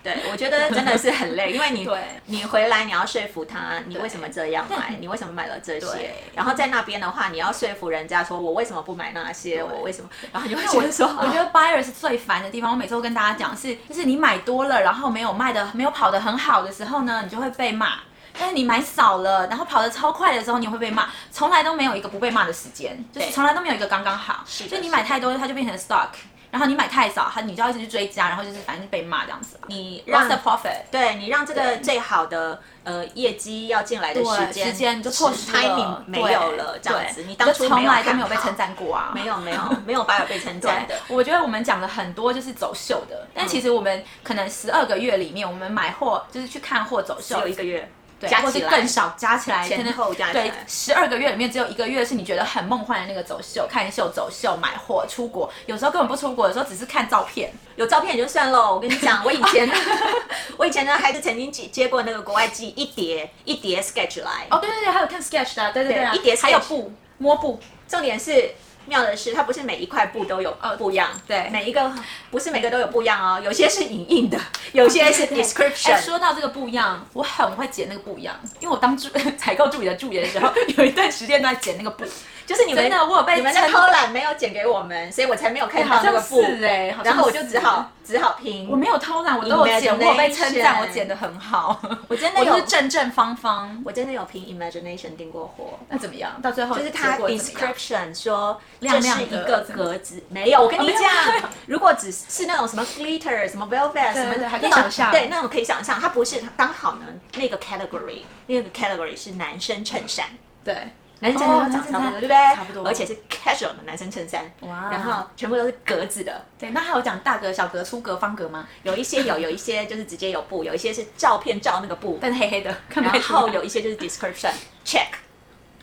S2: 对，我觉得真的是很累，因为你
S1: 对
S2: 你回来你要说服他，你
S1: 对
S2: 为什么这样买
S1: 但，
S2: 你为什么买了这些
S1: 对，
S2: 然后在那边的话，你要说服人家说我为什么不买那些，我为什么，然后你就会
S1: 因为
S2: 觉
S1: 我
S2: 得说，哦
S1: 我觉得 buyer 是最烦的地方。我每次都跟大家讲是，就是你买多了，然后没有卖的，没有跑的很好的时候呢，你就会被骂。但是你买少了，然后跑得超快的时候，你会被骂。从来都没有一个不被骂的时间，就是
S2: 对
S1: 从来都没有一个刚刚好。
S2: 是的
S1: 就你买太多，它就变成 stock；然后你买太少，它你就要一直去追加，然后就是反正就被骂这样子吧。
S2: 你
S1: Lost
S2: 让
S1: the profit，
S2: 对你让这个最好的呃业绩要进来的
S1: 对
S2: 时间
S1: 时间就错失了
S2: timing 没
S1: 对
S2: 有了，这样
S1: 对
S2: 子，你当初
S1: 就从来都
S2: 看
S1: 没有被
S2: 好
S1: 称，赞过 啊，
S2: 没有没有没有把我被称 赞的
S1: 对，，嗯我觉得我们讲了很多就是走秀的，但其实我们可能十二个月里面，我们买货就是去看货走
S2: 只
S1: 秀
S2: 有，一个月，
S1: 对，
S2: 加
S1: 或
S2: 起
S1: 是
S2: 来
S1: 更少，加起来
S2: 前
S1: 可能
S2: 后加起来
S1: 对，十二个月里面只有一个月是你觉得很梦幻的那个走秀，看秀、走秀、买货、出国，有时候根本不出国，有时候只是看照片，
S2: 有照片也就算了。我跟你 讲，我以前 我以前呢还是曾经接接过那个国外寄一叠一叠 sketch 来。
S1: 哦，对对对，还有看 sketch 的啊，对对
S2: 对
S1: 啊
S2: 一叠
S1: 还有
S2: sketch
S1: 布摸布，
S2: 重点是妙的是，它不是每一块布都有
S1: 哦
S2: 不一样，
S1: 对
S2: 每一个不是每个都有不一样哦，有些是影印的， 有些是
S1: 对哎
S2: description。
S1: 说到这个不一样，我很会剪那个不一样，因为我当助 采购助理的助理的时候，有一段时间都在剪那个布，
S2: 就是你们
S1: 真的我有被
S2: 你们在
S1: 称
S2: 偷懒没有剪给我们，所以我才没有看到
S1: 好
S2: 那个
S1: 像
S2: 布，
S1: 是哎，好像
S2: 然后我就是只好只好拼。
S1: 我没有偷懒，我都有剪，
S2: Imagination
S1: 我有被称赞，我剪的很好，
S2: 我真的
S1: 我
S2: 有
S1: 就是正正方方。
S2: 我真的有凭 imagination 订过货。
S1: 那怎么样？到最后
S2: 就是它
S1: 哦结果怎么样
S2: description 说
S1: 亮
S2: 这
S1: 亮
S2: 是
S1: 的
S2: 一个格子，没有。我跟
S1: 哦
S2: 你
S1: 没有
S2: 讲，如果只是那种什么 glitter、什么 velvet 什么
S1: 对
S2: 的，
S1: 还可以
S2: 那种
S1: 想象
S2: 对，那种可以想象。它不是刚好呢，那个 category 那个 category 是男生衬衫，
S1: 对，
S2: 男生衬
S1: 哦
S2: 衫长差不多，对不对？
S1: 差不多
S2: 而且是 casual 的男生衬衫，
S1: 哇
S2: 然后全部都是格子的，
S1: 对，那还有讲大格、小格、粗格、方格吗？
S2: 有一些 有，有一些就是直接有布，有一些是照片照那个布，
S1: 但是黑黑的， 看不太
S2: 然
S1: 出来
S2: 后有一些就是 description check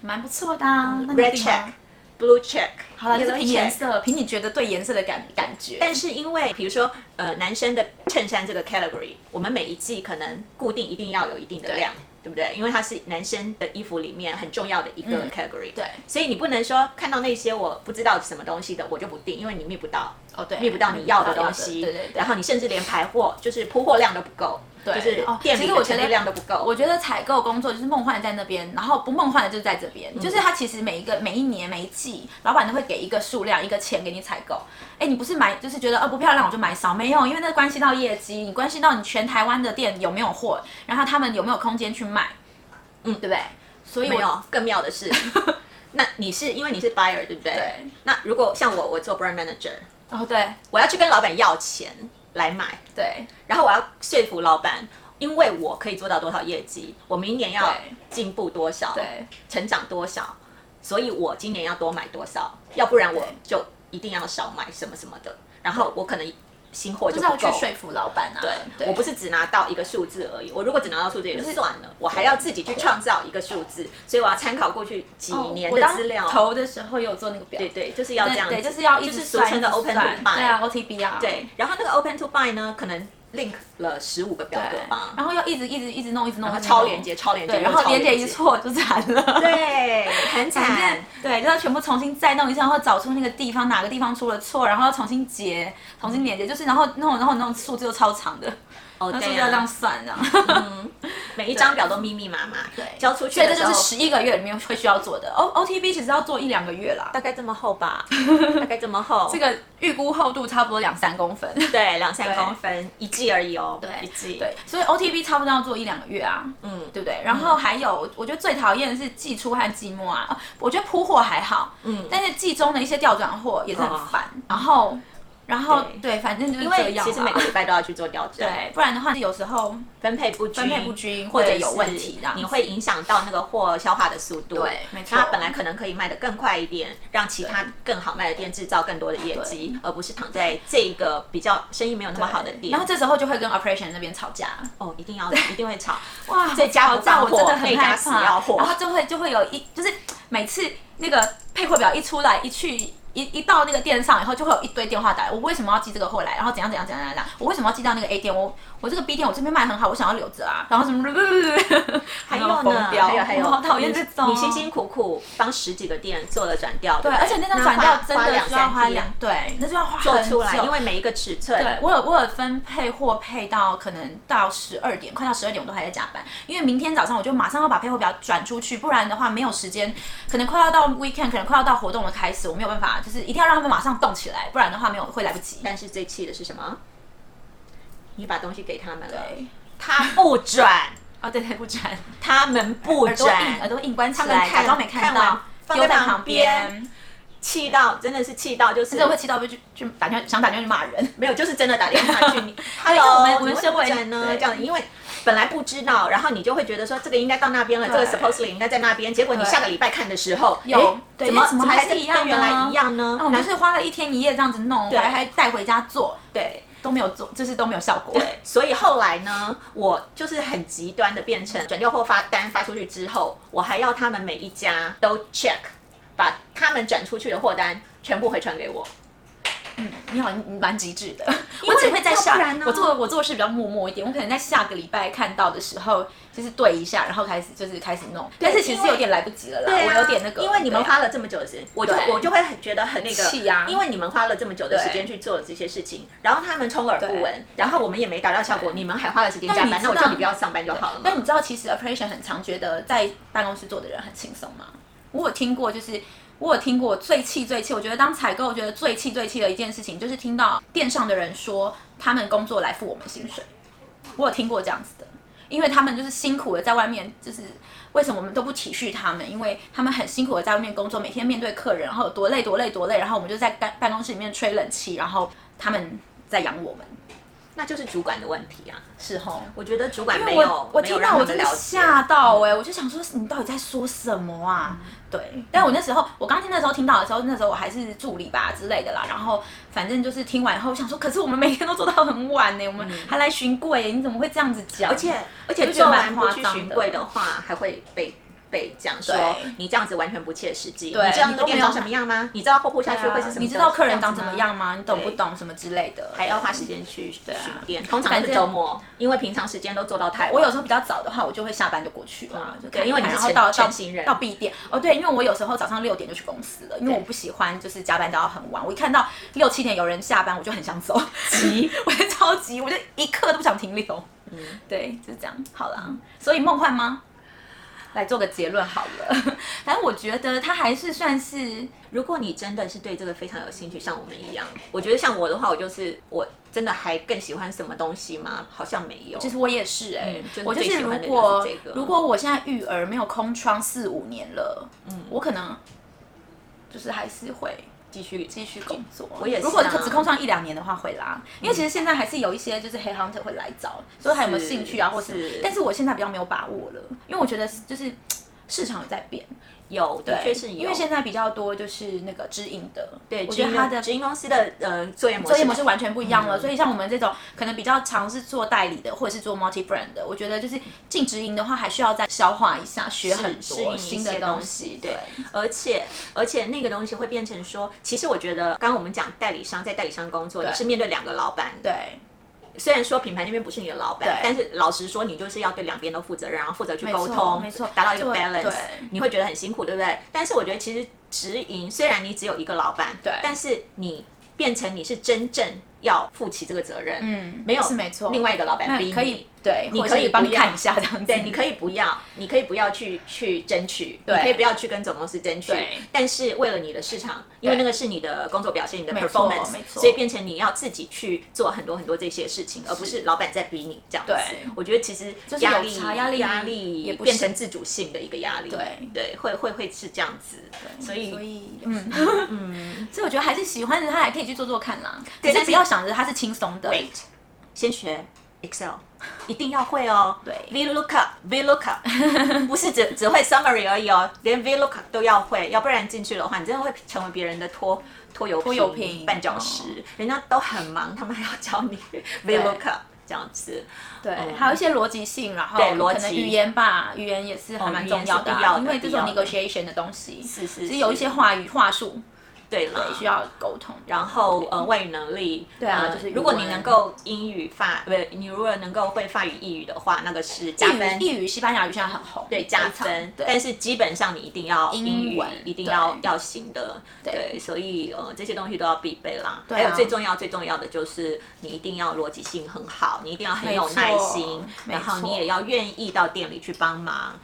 S1: 蛮不错的啊。那你
S2: red
S1: 定吗
S2: check blue check，
S1: 好了，就是凭
S2: yellow check。
S1: 颜色，凭你觉得对颜色的感感觉。
S2: 但是因为比如说呃男生的衬衫这个 category，我们每一季可能固定一定要有一定的量，对不对？因为它是男生的衣服里面很重要的一个 category，、
S1: 嗯对
S2: 所以你不能说看到那些我不知道什么东西的我就不定，因为你觅不到，
S1: 哦对，
S2: 觅不到你要的东西，
S1: 对对对。
S2: 然后你甚至连排货就是铺货量都不够，
S1: 对
S2: 就是
S1: 哦
S2: 店
S1: 其
S2: 里
S1: 实我
S2: 的
S1: 觉
S2: 陈
S1: 得
S2: 列量都不够，
S1: 我觉得采购工作就是梦幻在那边，然后不梦幻的就是在这
S2: 嗯
S1: 边，就是它其实每一个每一年每一季，老板都会给一个数量一个钱给你采购。哎，你不是买就是觉得哦不漂亮我就买少，没有，因为那关系到业绩，你关系到你全台湾的店有没有货，然后他们有没有空间去卖，嗯，对不对？所以
S2: 没
S1: 我
S2: 有，更妙的是， 那你是因为你是 buyer 对不对？
S1: 对。
S2: 那如果像我，我做 brand manager，
S1: 哦对
S2: 我要去跟老板要钱来买，
S1: 对
S2: 然后我要说服老板，因为我可以做到多少业绩，我明年要
S1: 对
S2: 进步多少，
S1: 对，
S2: 成长多少，所以我今年要多买多少，要不然我就一定要少买什么什么的，然后我可能新货就
S1: 就是
S2: 不
S1: 要去
S2: 够。
S1: 说服老板啊，
S2: 对，
S1: 对
S2: 我不是只拿到一个数字而已。我如果只拿到数字也就算了，我还要自己去创造一个数字，所以我要参考过去几
S1: 哦
S2: 年
S1: 我
S2: 的
S1: 当
S2: 资料。
S1: 投的时候有做那个表，
S2: 对对，就是要这样子，
S1: 对，就是要一
S2: 就
S1: 直
S2: 是俗
S1: 算
S2: 称的
S1: 一直
S2: open to
S1: 算
S2: buy，
S1: 对啊，OTB 啊，
S2: 对然后那个 open to buy 呢，可能 link 了十五个表格
S1: 对，
S2: 吧，
S1: 然后要一直一直一直弄，一直弄，
S2: 然后
S1: 一直
S2: 超
S1: 弄
S2: 连接，，超连接，
S1: 对，然
S2: 又
S1: 后
S2: 超
S1: 连
S2: 连
S1: 接一，错就惨了，，
S2: 对， 很
S1: 反
S2: 惨
S1: 正。对，就要全部重新再弄一下，然后找出那个地方哪个地方出了错，然后要重新结，重新连接，就是然后弄，然后弄数字又超长的，
S2: 哦，
S1: 那数
S2: 对
S1: 字要这样
S2: 啊，
S1: 算这样，
S2: 每一张表都密密麻麻，
S1: 对
S2: 交出去
S1: 所以
S2: 的
S1: 这
S2: 时
S1: 就
S2: 候
S1: 是十一个月里面会需要做的。O O T B 其实要做一两个月啦，
S2: 大概这么厚 吧，大概这么厚，
S1: 这个预估厚度差不多两三公分。
S2: 对，两三
S1: 对
S2: 公分一季而已哦，一季，
S1: 对，所以 O T B 差不多要做一两个月啊。
S2: 嗯，
S1: 对不对？然后还有，我觉得最讨厌的是季初和季末啊。哦我觉得铺货还好，嗯，但是季中的一些调转货也是很烦。然后，然后
S2: 哦对
S1: 对，反正就是
S2: 因
S1: 这
S2: 为
S1: 样
S2: 其实每
S1: 啦
S2: 个。礼拜都要去做 调整，
S1: 对，不然的话，有时候
S2: 分配不均、
S1: 分配不均
S2: 或
S1: 或
S2: 者
S1: 者有
S2: 是
S1: 问题这样子
S2: 你会影响到那个货消化的速度。
S1: 对没错
S2: 它本来可能可以卖得更快一点，让其他更好卖的店制造更多的业绩，而不是躺在这个比较生意没有那么好的店。
S1: 然后这时候就会跟 operation 那边吵架。
S2: 哦，一定要一定会 吵。
S1: 哇，
S2: 这家
S1: 吵
S2: 不
S1: 架
S2: 放
S1: 我
S2: 货
S1: 真的很
S2: 那
S1: 害
S2: 家死要
S1: 怕，
S2: 货
S1: 然后就会就会有一就是每次那个配货表一出来，一去一一到那个店上以后，就会有一堆电话打来，我为什么要寄这个货来？然后怎样怎样怎样怎样，我为什么要寄到那个 A 店？我我这个 B 店我这边卖很好，我想要留着啊，然后什么
S2: 还
S1: 还
S2: 有呢，
S1: 疯掉，
S2: 还有还有，
S1: 我好讨厌
S2: 你
S1: 这种，
S2: 你辛辛苦苦帮十几个店做了转调，对
S1: 对，
S2: 不对，
S1: 而且那张转调真
S2: 花
S1: 的
S2: 两
S1: 需要
S2: 三
S1: 花
S2: 天
S1: 两对，那就要花
S2: 做
S1: 很
S2: 出
S1: 久，
S2: 来，因为每一个尺寸，
S1: 对我有我有分配货配到可能到十二点，快到十二点我都还在加班，因为明天早上我就马上要把配货表转出去，不然的话没有时间，可能快要到 weekend，可能快要到活动的开始，我没有办法，就是一定要让他们马上动起来，不然的话没有会来不及。
S2: 但是最气的是什么？你把东西给他们了，
S1: 对，
S2: 他不转，
S1: 哦对对，不转，
S2: 他们不
S1: 耳朵
S2: 转
S1: 硬，，耳朵硬关起
S2: 他
S1: 来，
S2: 们看
S1: 假装没看
S2: 看
S1: 到
S2: 完，放
S1: 丢
S2: 在
S1: 在
S2: 旁
S1: 旁
S2: 边
S1: 边，
S2: 气到真的是气到，就是
S1: 真的会气到被去去打电话，想打电话去骂人。
S2: 没有，就是真的打电话去 你哎
S1: 因为
S2: ，Hello，
S1: 我们我们
S2: 你为
S1: 社
S2: 什
S1: 会
S2: 么不转呢？
S1: 对
S2: 这样子，因为本来不知道，然后你就会觉得说这个应该到那边了，这
S1: 对
S2: 个 supposedly 应该在那边，结果你
S1: 对
S2: 下个礼拜看的时候，
S1: 有
S2: 诶
S1: 对
S2: 怎么
S1: 诶怎么还
S2: 还
S1: 是一样呢
S2: 跟原
S1: 啊
S2: 来一样呢
S1: 那？我们哦就是花了一天一夜这样子弄，我
S2: 对
S1: 还还带回家做，
S2: 对。
S1: 都没有做，就是都没有效果。
S2: 对，所以后来呢，我就是很极端的变成转调货发单发出去之后，我还要他们每一家都 check，把他们转出去的货单全部回传给我。
S1: 你好，你蛮极致的。
S2: 因
S1: 我
S2: 为
S1: 只会在
S2: 要不
S1: 下
S2: 然，呢
S1: 我做我做事比较默默一点，我可能在下个礼拜看到的时候，就是对一下，然后开始就是开始弄。但是其实有点来不及了啦，
S2: 对啊
S1: 我有点那个，
S2: 因为你们
S1: 对啊
S2: 花了这么久的时间，我就
S1: 对
S2: 我就会很觉得很那个
S1: 气啊
S2: 因为你们花了这么久的时间去做这些事情，然后他们充耳不闻，然后我们也没达到效果，你们还花了时间加
S1: 但
S2: 班，
S1: 你知
S2: 那
S1: 道
S2: 我叫你不要上班就好了
S1: 但
S2: 嘛。
S1: 你知道，其实 operation 很常觉得在办公室做的人很轻松吗？我有听过，就是我有听过最气最气，我觉得当采购，我觉得最气最气的一件事情，就是听到店上的人说他们工作来付我们薪水。我有听过这样子的，因为他们就是辛苦的在外面，就是为什么我们都不体恤他们？因为他们很辛苦的在外面工作，每天面对客人，然后有多累多累多累，然后我们就在办办公室里面吹冷气，然后他们在养我们，
S2: 那就是主管的问题啊，
S1: 是吼。
S2: 我觉得主管
S1: 因
S2: 没
S1: 为
S2: 有
S1: 我我
S2: 没有
S1: 听
S2: 让他
S1: 到我
S2: 们
S1: 真的
S2: 了解
S1: 吓到哎、我就想说你到底在说什么啊？对，但我那时候我刚听的时候听到的时候，那时候我还是助理吧之类的啦。然后反正就是听完以后，我想说，可是我们每天都做到很晚欸呢、我们还来巡柜、你怎么会这样子
S2: 嗯
S1: 讲？啊
S2: 而且而且
S1: 就觉
S2: 做
S1: 得
S2: 完
S1: 蛮
S2: 不
S1: 夸
S2: 去
S1: 张
S2: 巡
S1: 的
S2: 柜的话，还会被辈讲说
S1: 对
S2: 你这样子完全不切实际，你
S1: 对
S2: 知道你
S1: 你
S2: 的
S1: 都没
S2: 店
S1: 有啊
S2: 长什么样吗？你知道货铺下去会是什么样子吗？
S1: 你知道客人长怎么样吗？你懂不懂什么之类的？
S2: 还要花时间去巡
S1: 啊
S2: 店，通常都是周末，因为平常时间都做到太晚。
S1: 我有时候比较早的话，我就会下班就过去了，就
S2: 对因为你是
S1: 然后
S2: 晨
S1: 到到
S2: 晨型人
S1: 到闭店哦，对，因为我有时候早上六点就去公司了，因为
S2: 对
S1: 我不喜欢就是加班加到很晚，我一看到六七点有人下班，我就很想走， 急，我就超急，我就一刻都不想停留。嗯， 对，就这样，好啦。所以梦幻吗？来做个结论好了， 反正我觉得它还是算是
S2: 如果你真的是对这个非常有兴趣，像我们一样，我觉得像我的话，我就是我真的还更喜欢什么东西吗？好像没有。
S1: 其实我也是哎、
S2: 嗯就是
S1: 我就
S2: 最
S1: 是
S2: 喜
S1: 如
S2: 欢的
S1: 果
S2: 就是这个
S1: 如果我现在育儿没有空窗四五年了，嗯，我可能就是还是会继续继续工作。
S2: 我也是啊嗯
S1: 如果只空窗一两年的话会啦，因为其实现在还是有一些就是黑 hunter 会来找，说还有没有兴趣啊，或什么
S2: 是
S1: 但是我现在比较没有把握了，因为我觉得就是市场有在变，
S2: 有，的确是有，
S1: 因为现在比较多就是那个知音的，
S2: 对，
S1: 我觉得他的
S2: 直营公司的呃作业模式，
S1: 作业模式完全不一样
S2: 嗯
S1: 了。所以像我们这种可能比较尝试做代理的，或者是做 multi brand 的，我觉得就是进直营的话，还需要再消化一下，学很
S2: 适应
S1: 多
S2: 一
S1: 新
S2: 些
S1: 的
S2: 东
S1: 西。
S2: 对，而且而且那个东西会变成说，其实我觉得刚刚我们讲代理商在代理商工作，你是面对两个老板，
S1: 对，
S2: 虽然说品牌那边不是你的老板
S1: 对，
S2: 但是老实说，你就是要对两边都负责任，然后负责去沟
S1: 没
S2: 通，
S1: 错没错
S2: 达到一个
S1: 对
S2: balance，
S1: 对
S2: 你会觉得很辛苦，对不对？但是我觉得其实直营虽然你只有一个老板，
S1: 对
S2: 但是你变成你是真正要负起这个责任，
S1: 嗯
S2: 没有
S1: 是没错
S2: 另外一个老板逼你
S1: 那可以对，
S2: 你
S1: 或者
S2: 可以
S1: 是帮你
S2: 不要
S1: 看一下这样子。
S2: 对，你可以不要，你可以不要去去争取，你
S1: 对
S2: 可以不要去跟总公司争取
S1: 对，
S2: 但是为了你的市场，因为那个是你的工作表现，你的
S1: 没错
S2: performance，
S1: 没错
S2: 所以变成你要自己去做很多很多这些事情，而不是老板在逼你这样子
S1: 对。
S2: 我觉得其实
S1: 就是有
S2: 压力
S1: 差压力
S2: 压力
S1: 也不
S2: 变
S1: 行
S2: 成自主性的一个压力，
S1: 对
S2: 对，会会会是这样子，所以
S1: 所以，嗯 嗯，所以我觉得还是喜欢的，他还可以去做做看啦。
S2: 对但
S1: 只是
S2: 是
S1: 不要想着它是轻松的。
S2: wait，先学 Excel。一定要会哦，
S1: 对
S2: ，VLOOKUP VLOOKUP 不是只只会 summary 而已哦，连 VLOOKUP 都要会，要不然进去的话，你真的会成为别人的拖拖油
S1: 拖油瓶哦
S2: 绊脚石。人家都很忙，他们还要教 你 VLOOKUp 这样子。
S1: 对，
S2: 嗯
S1: 还有一些逻辑性，然后
S2: 对逻
S1: 可能
S2: 辑哦
S1: 语言吧，语言也是还蛮重要的
S2: 语言是
S1: 啊、
S2: 必要的
S1: 因为这
S2: 必
S1: 种
S2: 要的
S1: negotiation 的东西，
S2: 是是
S1: 其实有一
S2: 是
S1: 些话语话术
S2: 对了，
S1: 需要沟通，然
S2: 然后呃外语能力，对
S1: 啊就是语
S2: 如果你
S1: 文
S2: 能够英语法，不是你如果能够会法语、英语的话，那个是加
S1: 意
S2: 分
S1: 语、。意语、西班牙语现在很红，
S2: 对
S1: 对
S2: 加分，
S1: 对，
S2: 但是基本上你一定要
S1: 英
S2: 英语
S1: 文，
S2: 一定
S1: 对
S2: 要要行的，
S1: 对
S2: 对，所以呃这些东西都要必备啦。
S1: 对
S2: 还
S1: 啊
S2: 有最重要最重要的就是你一定要逻辑性很好，你一定要很
S1: 没
S2: 有耐
S1: 错
S2: 心，
S1: 没
S2: 然后你
S1: 错
S2: 也要愿意到店里去帮忙，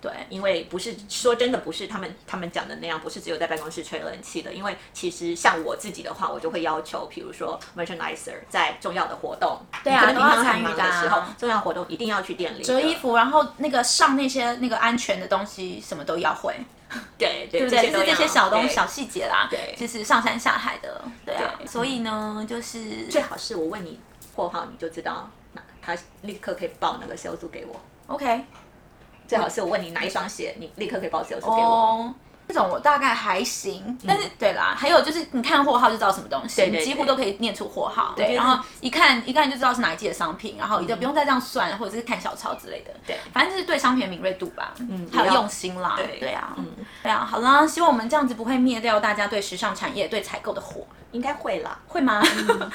S1: 对
S2: 因为不是说真的不是他们他们讲的那样，不是只有在办公室吹冷气的。因为其实像我自己的话，我就会要求，比如说 merchandiser 在重要的活动，对
S1: 啊
S2: 可能
S1: 都
S2: 平
S1: 要
S2: 常很
S1: 参与
S2: 忙
S1: 的
S2: 的
S1: 啊
S2: 时候，重要活动一定要去店里
S1: 折
S2: 的
S1: 衣服，然后那个上那些那个安全的东西，什么都要会，
S2: 对对
S1: 对不
S2: 这
S1: 对？
S2: 些
S1: 就
S2: 都
S1: 是这
S2: 要
S1: 些小东
S2: 对
S1: 小细节啦，
S2: 对
S1: 其实上山下海的，对啊，
S2: 对
S1: 所以呢，就是
S2: 最好是我问你货号，你就知道哪，他立刻可以报那个销售给我。
S1: OK
S2: 最好是我问你哪一双鞋，你立刻可以报销售给我。嗯
S1: 哦。这种我大概还行，但是对啦，还有就是你看货号就知道什么东西，
S2: 对对
S1: 你几乎
S2: 对
S1: 都可以念出货号，
S2: 觉
S1: 对，
S2: 得
S1: 然后一看一看就知道是哪一季的商品，然后你就不用再这样算，或者是看小抄之类的，
S2: 嗯对
S1: 反正就是对商品的敏锐度吧，嗯还
S2: 也
S1: 有
S2: 要
S1: 用心啦，
S2: 对
S1: 对啊，
S2: 嗯
S1: 对啊，好啦，希望我们这样子不会灭掉大家对时尚产业、对采购的火，
S2: 应该会啦，
S1: 会吗？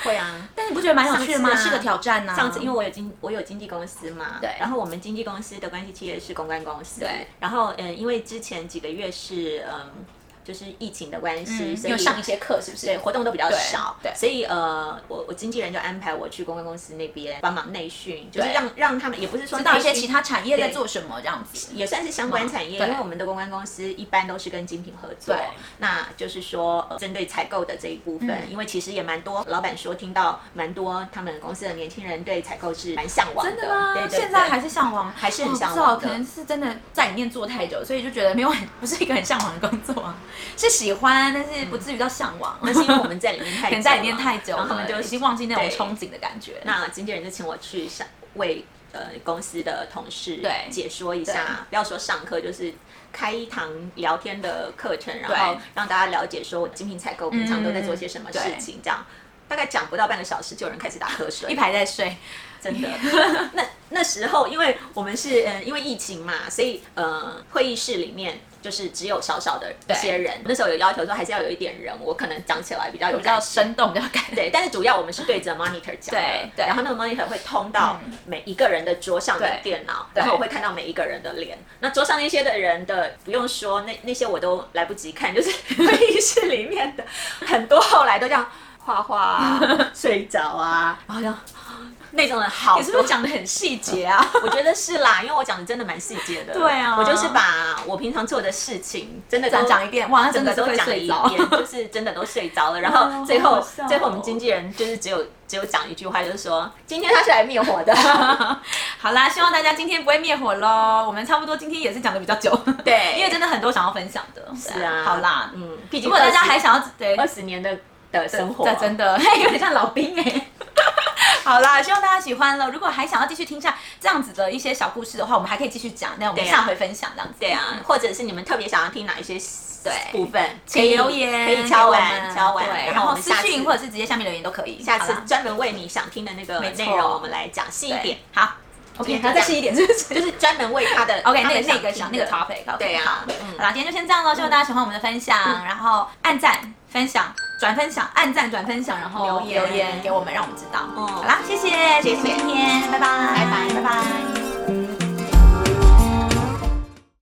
S2: 会啊。
S1: 但你不觉得蛮有趣的吗？
S2: 上次啊
S1: 是个挑战呐、
S2: 上次因为我有经我有经纪公司嘛，
S1: 对
S2: 然后我们经纪公司的关系企业是公关公司，
S1: 对，
S2: 然后嗯，因为之前几个月是嗯，就是疫情的关系，所
S1: 有
S2: 以
S1: 上一些课，是不是？
S2: 对活动都比较少，
S1: 对
S2: 所以呃，我我经纪人就安排我去公关公司那边帮忙内训，就是
S1: 对
S2: 让让他们也不是说
S1: 知道一些
S2: 内训
S1: 其他产业在做什么这样子。
S2: 也算是相关产业，
S1: 对
S2: 因为我们的公关公司一般都是跟精品合作
S1: 对，
S2: 那就是说、呃针对采购的这一部分，
S1: 嗯
S2: 因为其实也蛮多老板说听到蛮多他们公司的年轻人对采购是蛮向往的，
S1: 真的吗？
S2: 对对对
S1: 现在还是向往，还
S2: 是很向
S1: 知道，
S2: 往的
S1: 可能是真的在里面做太久，所以就觉得没有很不是一个很向往的工作啊， 是喜欢，但是不至于到向往。
S2: 那是因为我们在里面太 久了
S1: 可能在里面太久
S2: 然
S1: 了，
S2: 后他们就
S1: 已经忘记那种
S2: 对
S1: 憧憬的感觉。
S2: 那经纪人就请我去上为呃公司的同事
S1: 对
S2: 解说一
S1: 对
S2: 下，不要说上课，就是开一堂聊天的课程，然
S1: 对
S2: 后让大家了解说我精品采购平常都在做些什么事情，这样。大概讲不到半个小时，就有人开始打瞌睡，
S1: 嗯一排在睡，
S2: 真的。 那那时候，因为我们是嗯、呃因为疫情嘛，所以呃，会议室里面就是只有少少的一些人。那时候有要求说还是要有一点人，我可能讲起来比较有
S1: 比较
S2: 感觉
S1: 生动，比较感 觉。
S2: 对，但是主要我们是对着 monitor 讲的，
S1: 对对
S2: 然后那个 monitor 会通到每一个人的桌上的
S1: 对
S2: 电脑，
S1: 对
S2: 然后我会看到每一个人的脸。那桌上那些的人的不用说，那那些我都来不及看，就是 会议室里面的很多后来都这样画画 啊、睡着啊，然后这样那种人好
S1: 你是不
S2: 多
S1: 是。讲的很细节啊？
S2: 我觉得是啦，因为我讲的真的蛮细节的。
S1: 对啊
S2: 我就是把我平常做的事情真的都
S1: 讲讲一遍，哇， 那
S2: 整
S1: 真的
S2: 个
S1: 是
S2: 都
S1: 会
S2: 讲了
S1: 睡
S2: 一
S1: 着。
S2: 遍，就是真的都睡着 了。然
S1: 哎呦
S2: 后最
S1: 好好
S2: 后
S1: 笑哦
S2: 最后我们经纪人就是只有只有讲一句话，就是 说今天他是来灭火的。
S1: 好啦，希望大家今天不会灭火喽。我们差不多今天也是讲的比较久，
S2: 对
S1: 因为真的很多想要分享的。
S2: 是啊，
S1: 好啦，嗯，
S2: 嗯，毕
S1: 如
S2: 竟
S1: 果大家
S2: 20
S1: 还想要对
S2: 二十年的的生活，
S1: 这真的 有点像老兵哎、 好啦，希望大家喜欢了。如果还想要继续听下这样子的一些小故事的话，我们还可以继续讲，那我们
S2: 对啊
S1: 下回分享这样子。
S2: 对啊，或者是你们特别想要听哪一些
S1: 对
S2: 部分，
S1: 请留言，
S2: 可以敲
S1: 给我
S2: 完
S1: 们
S2: 敲完，
S1: 对，
S2: 然
S1: 然
S2: 后我
S1: 后
S2: 们
S1: 私
S2: 下次
S1: 讯或者是直接下面留言都可以。
S2: 下
S1: 好
S2: 次
S1: 啦
S2: 专门为你想听的那个
S1: 没错
S2: 内容，我们来讲细一
S1: 对
S2: 点，
S1: 好，OK，
S2: 今天就
S1: 那再
S2: 这样
S1: 细一点，是不是？
S2: 就是专门为他的
S1: OK，
S2: 他
S1: 那
S2: 们
S1: 个那个
S2: 听
S1: 想
S2: 的
S1: 那个 topic，OK，
S2: 对啊
S1: 好
S2: 嗯
S1: 好啦，今天就先这样喽，希望大家喜欢我们的分享，然后按赞、分享、转分享、按赞、转分享，然后
S2: 留言
S1: 留言给我们，让我们知道。
S2: 嗯
S1: 好啦，谢谢，谢谢今天，拜拜，
S2: 拜拜
S1: 拜拜。